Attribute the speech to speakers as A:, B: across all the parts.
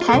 A: 台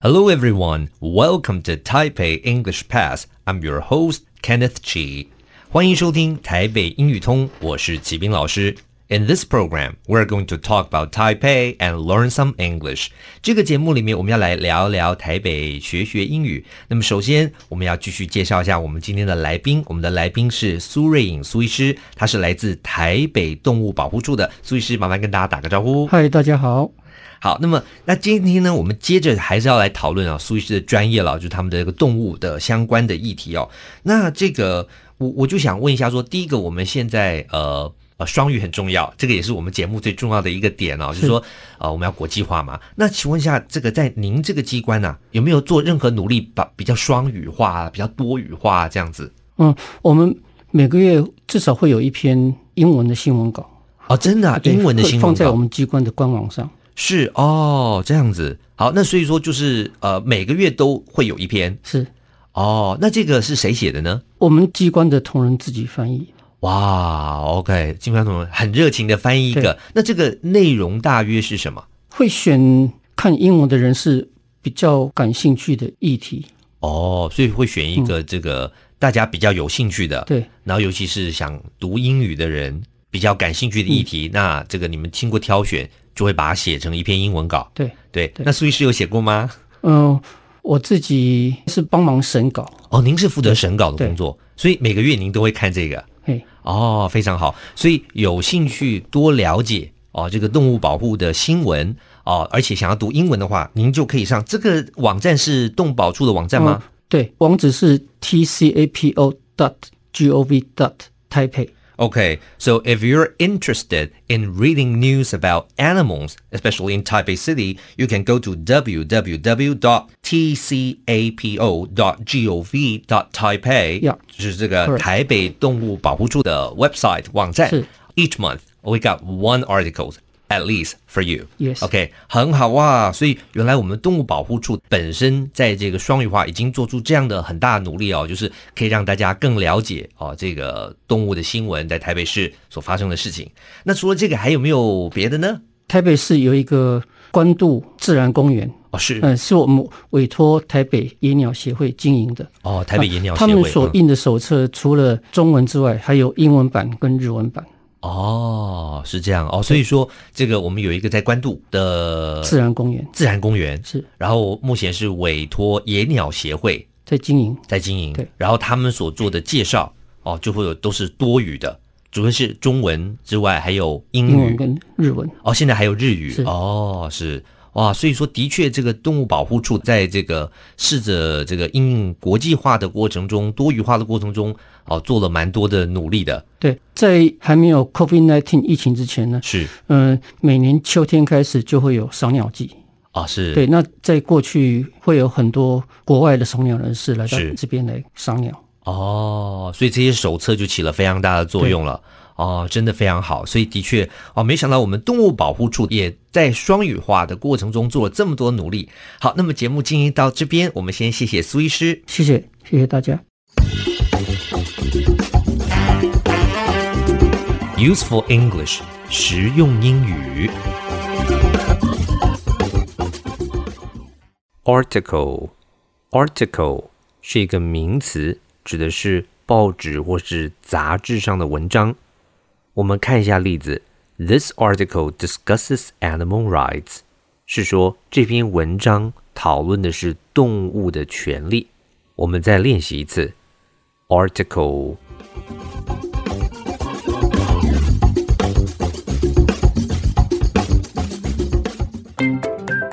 B: Hello, everyone. Welcome to Taipei English Pass. I'm your host, Kenneth Chi. 欢迎收听台北英语通，我是齐斌老师。In this program, we're going to talk about Taipei and learn some English. 这个节目里面，我们要来聊聊台北，学学英语。那么，首先我们要继续介绍一下我们今天的来宾。我们的来宾是苏瑞颖苏医师，他是来自台北动物保护处的苏医师，麻烦跟大家打个招呼。
C: 嗨，大家好。
B: 好，那么那今天呢，我们接着还是要来讨论啊，苏医师的专业了，就是他们的这个动物的相关的议题哦。那这个我我就想问一下说，第一个我们现在呃。呃，双语很重要，这个也是我们节目最重要的一个点哦，就是说，呃，我们要国际化嘛。那请问一下，这个在您这个机关呢、有没有做任何努力把比较双语化、比较多语化这样子？
C: 嗯，我们每个月至少会有一篇英文的新闻稿，
B: 哦，真的、啊，
C: 对
B: 英文的
C: 会
B: 新闻
C: 放在
B: 稿
C: 我们机关的官网上。
B: 是哦，这样子。好，那所以说就是呃，每个月都会有一篇，
C: 是
B: 哦，那这个是谁写的呢？
C: 我们机关的同仁自己翻译。
B: 哇，OK，金冠同仁很热情的翻译一个
C: 对。
B: 那这个内容大约是什么？
C: 会选看英文的人是比较感兴趣的议题，
B: 哦，所以会选一个这个大家比较有兴趣的，
C: 嗯对，
B: 然后尤其是想读英语的人比较感兴趣的议
C: 嗯
B: 题，那这个你们经过挑选，就会把它写成一篇英文稿。
C: 对，
B: 对，那苏医师有写过吗？
C: 嗯、我自己是帮忙审稿，
B: 哦，您是负责审稿的
C: 对
B: 工作，所以每个月您都会看这个。
C: 嘿，
B: 哦，非常好。所以有兴趣多了解哦，这个动物保护的新闻哦，而且想要读英文的话，您就可以上这个网站是动保处的网站吗？
C: 嗯对，网址是 tcapo dot gov dot taipei。
B: Okay, so if you're interested in reading news about animals, especially in Taipei City, you can go to www.tcapo.gov.taipei.
C: Yeah.
B: 就是这个
C: Correct.
B: 台北动物保护处的 website 网站。
C: 是。
B: Each month, we got one article at least for you.
C: Yes.
B: Okay. 很好哇、所以原来我们动物保护处本身在这个双语化已经做出这样的很大的努力哦，就是可以让大家更了解哦这个动物的新闻在台北市所发生的事情。那除了这个还有没有别的呢？
C: 台北市有一个关渡自然公园，
B: 哦，是、
C: 嗯、是我们委托台北野鸟协会经营的。
B: 哦，台北野鸟协
C: 他
B: 会。
C: 们所
B: 嗯
C: 印的手册除了中文之外，还有英文版跟日文版
B: 哦，是这样哦，所以说这个我们有一个在关渡的
C: 自然公园
B: 自然公园，
C: 是
B: 然后目前是委托野鸟协会
C: 在经营。
B: 在经营，
C: 对
B: 然后他们所做的介绍哦，就会有都是多语的，主要是中文之外还有英
C: 英文
B: 语
C: 跟日文，
B: 哦，现在还有日语
C: 是
B: 哦，是哇，所以说的确这个动物保护处在这个试着这个应用国际化的过程中、多语化的过程中哦，做了蛮多的努力的，
C: 对，在还没有 COVID-19 疫情之前呢，
B: 是
C: 嗯、每年秋天开始就会有赏鸟季。
B: 啊、是
C: 对，那在过去会有很多国外的赏鸟人士来到
B: 是
C: 这边来赏鸟。
B: 哦，所以这些手册就起了非常大的作用了。哦，真的非常好，所以的确哦，没想到我们动物保护处也在双语化的过程中做了这么多努力。好，那么节目进行到这边，我们先谢谢苏医师。
C: 谢谢，谢谢大家。
B: Useful English，实用英语。Article article 是一个名词，指的是报纸或是杂志上的文章。我们看一下例子：This article discusses animal rights，是说这篇文章讨论的是动物的权利。我们再练习一次：article。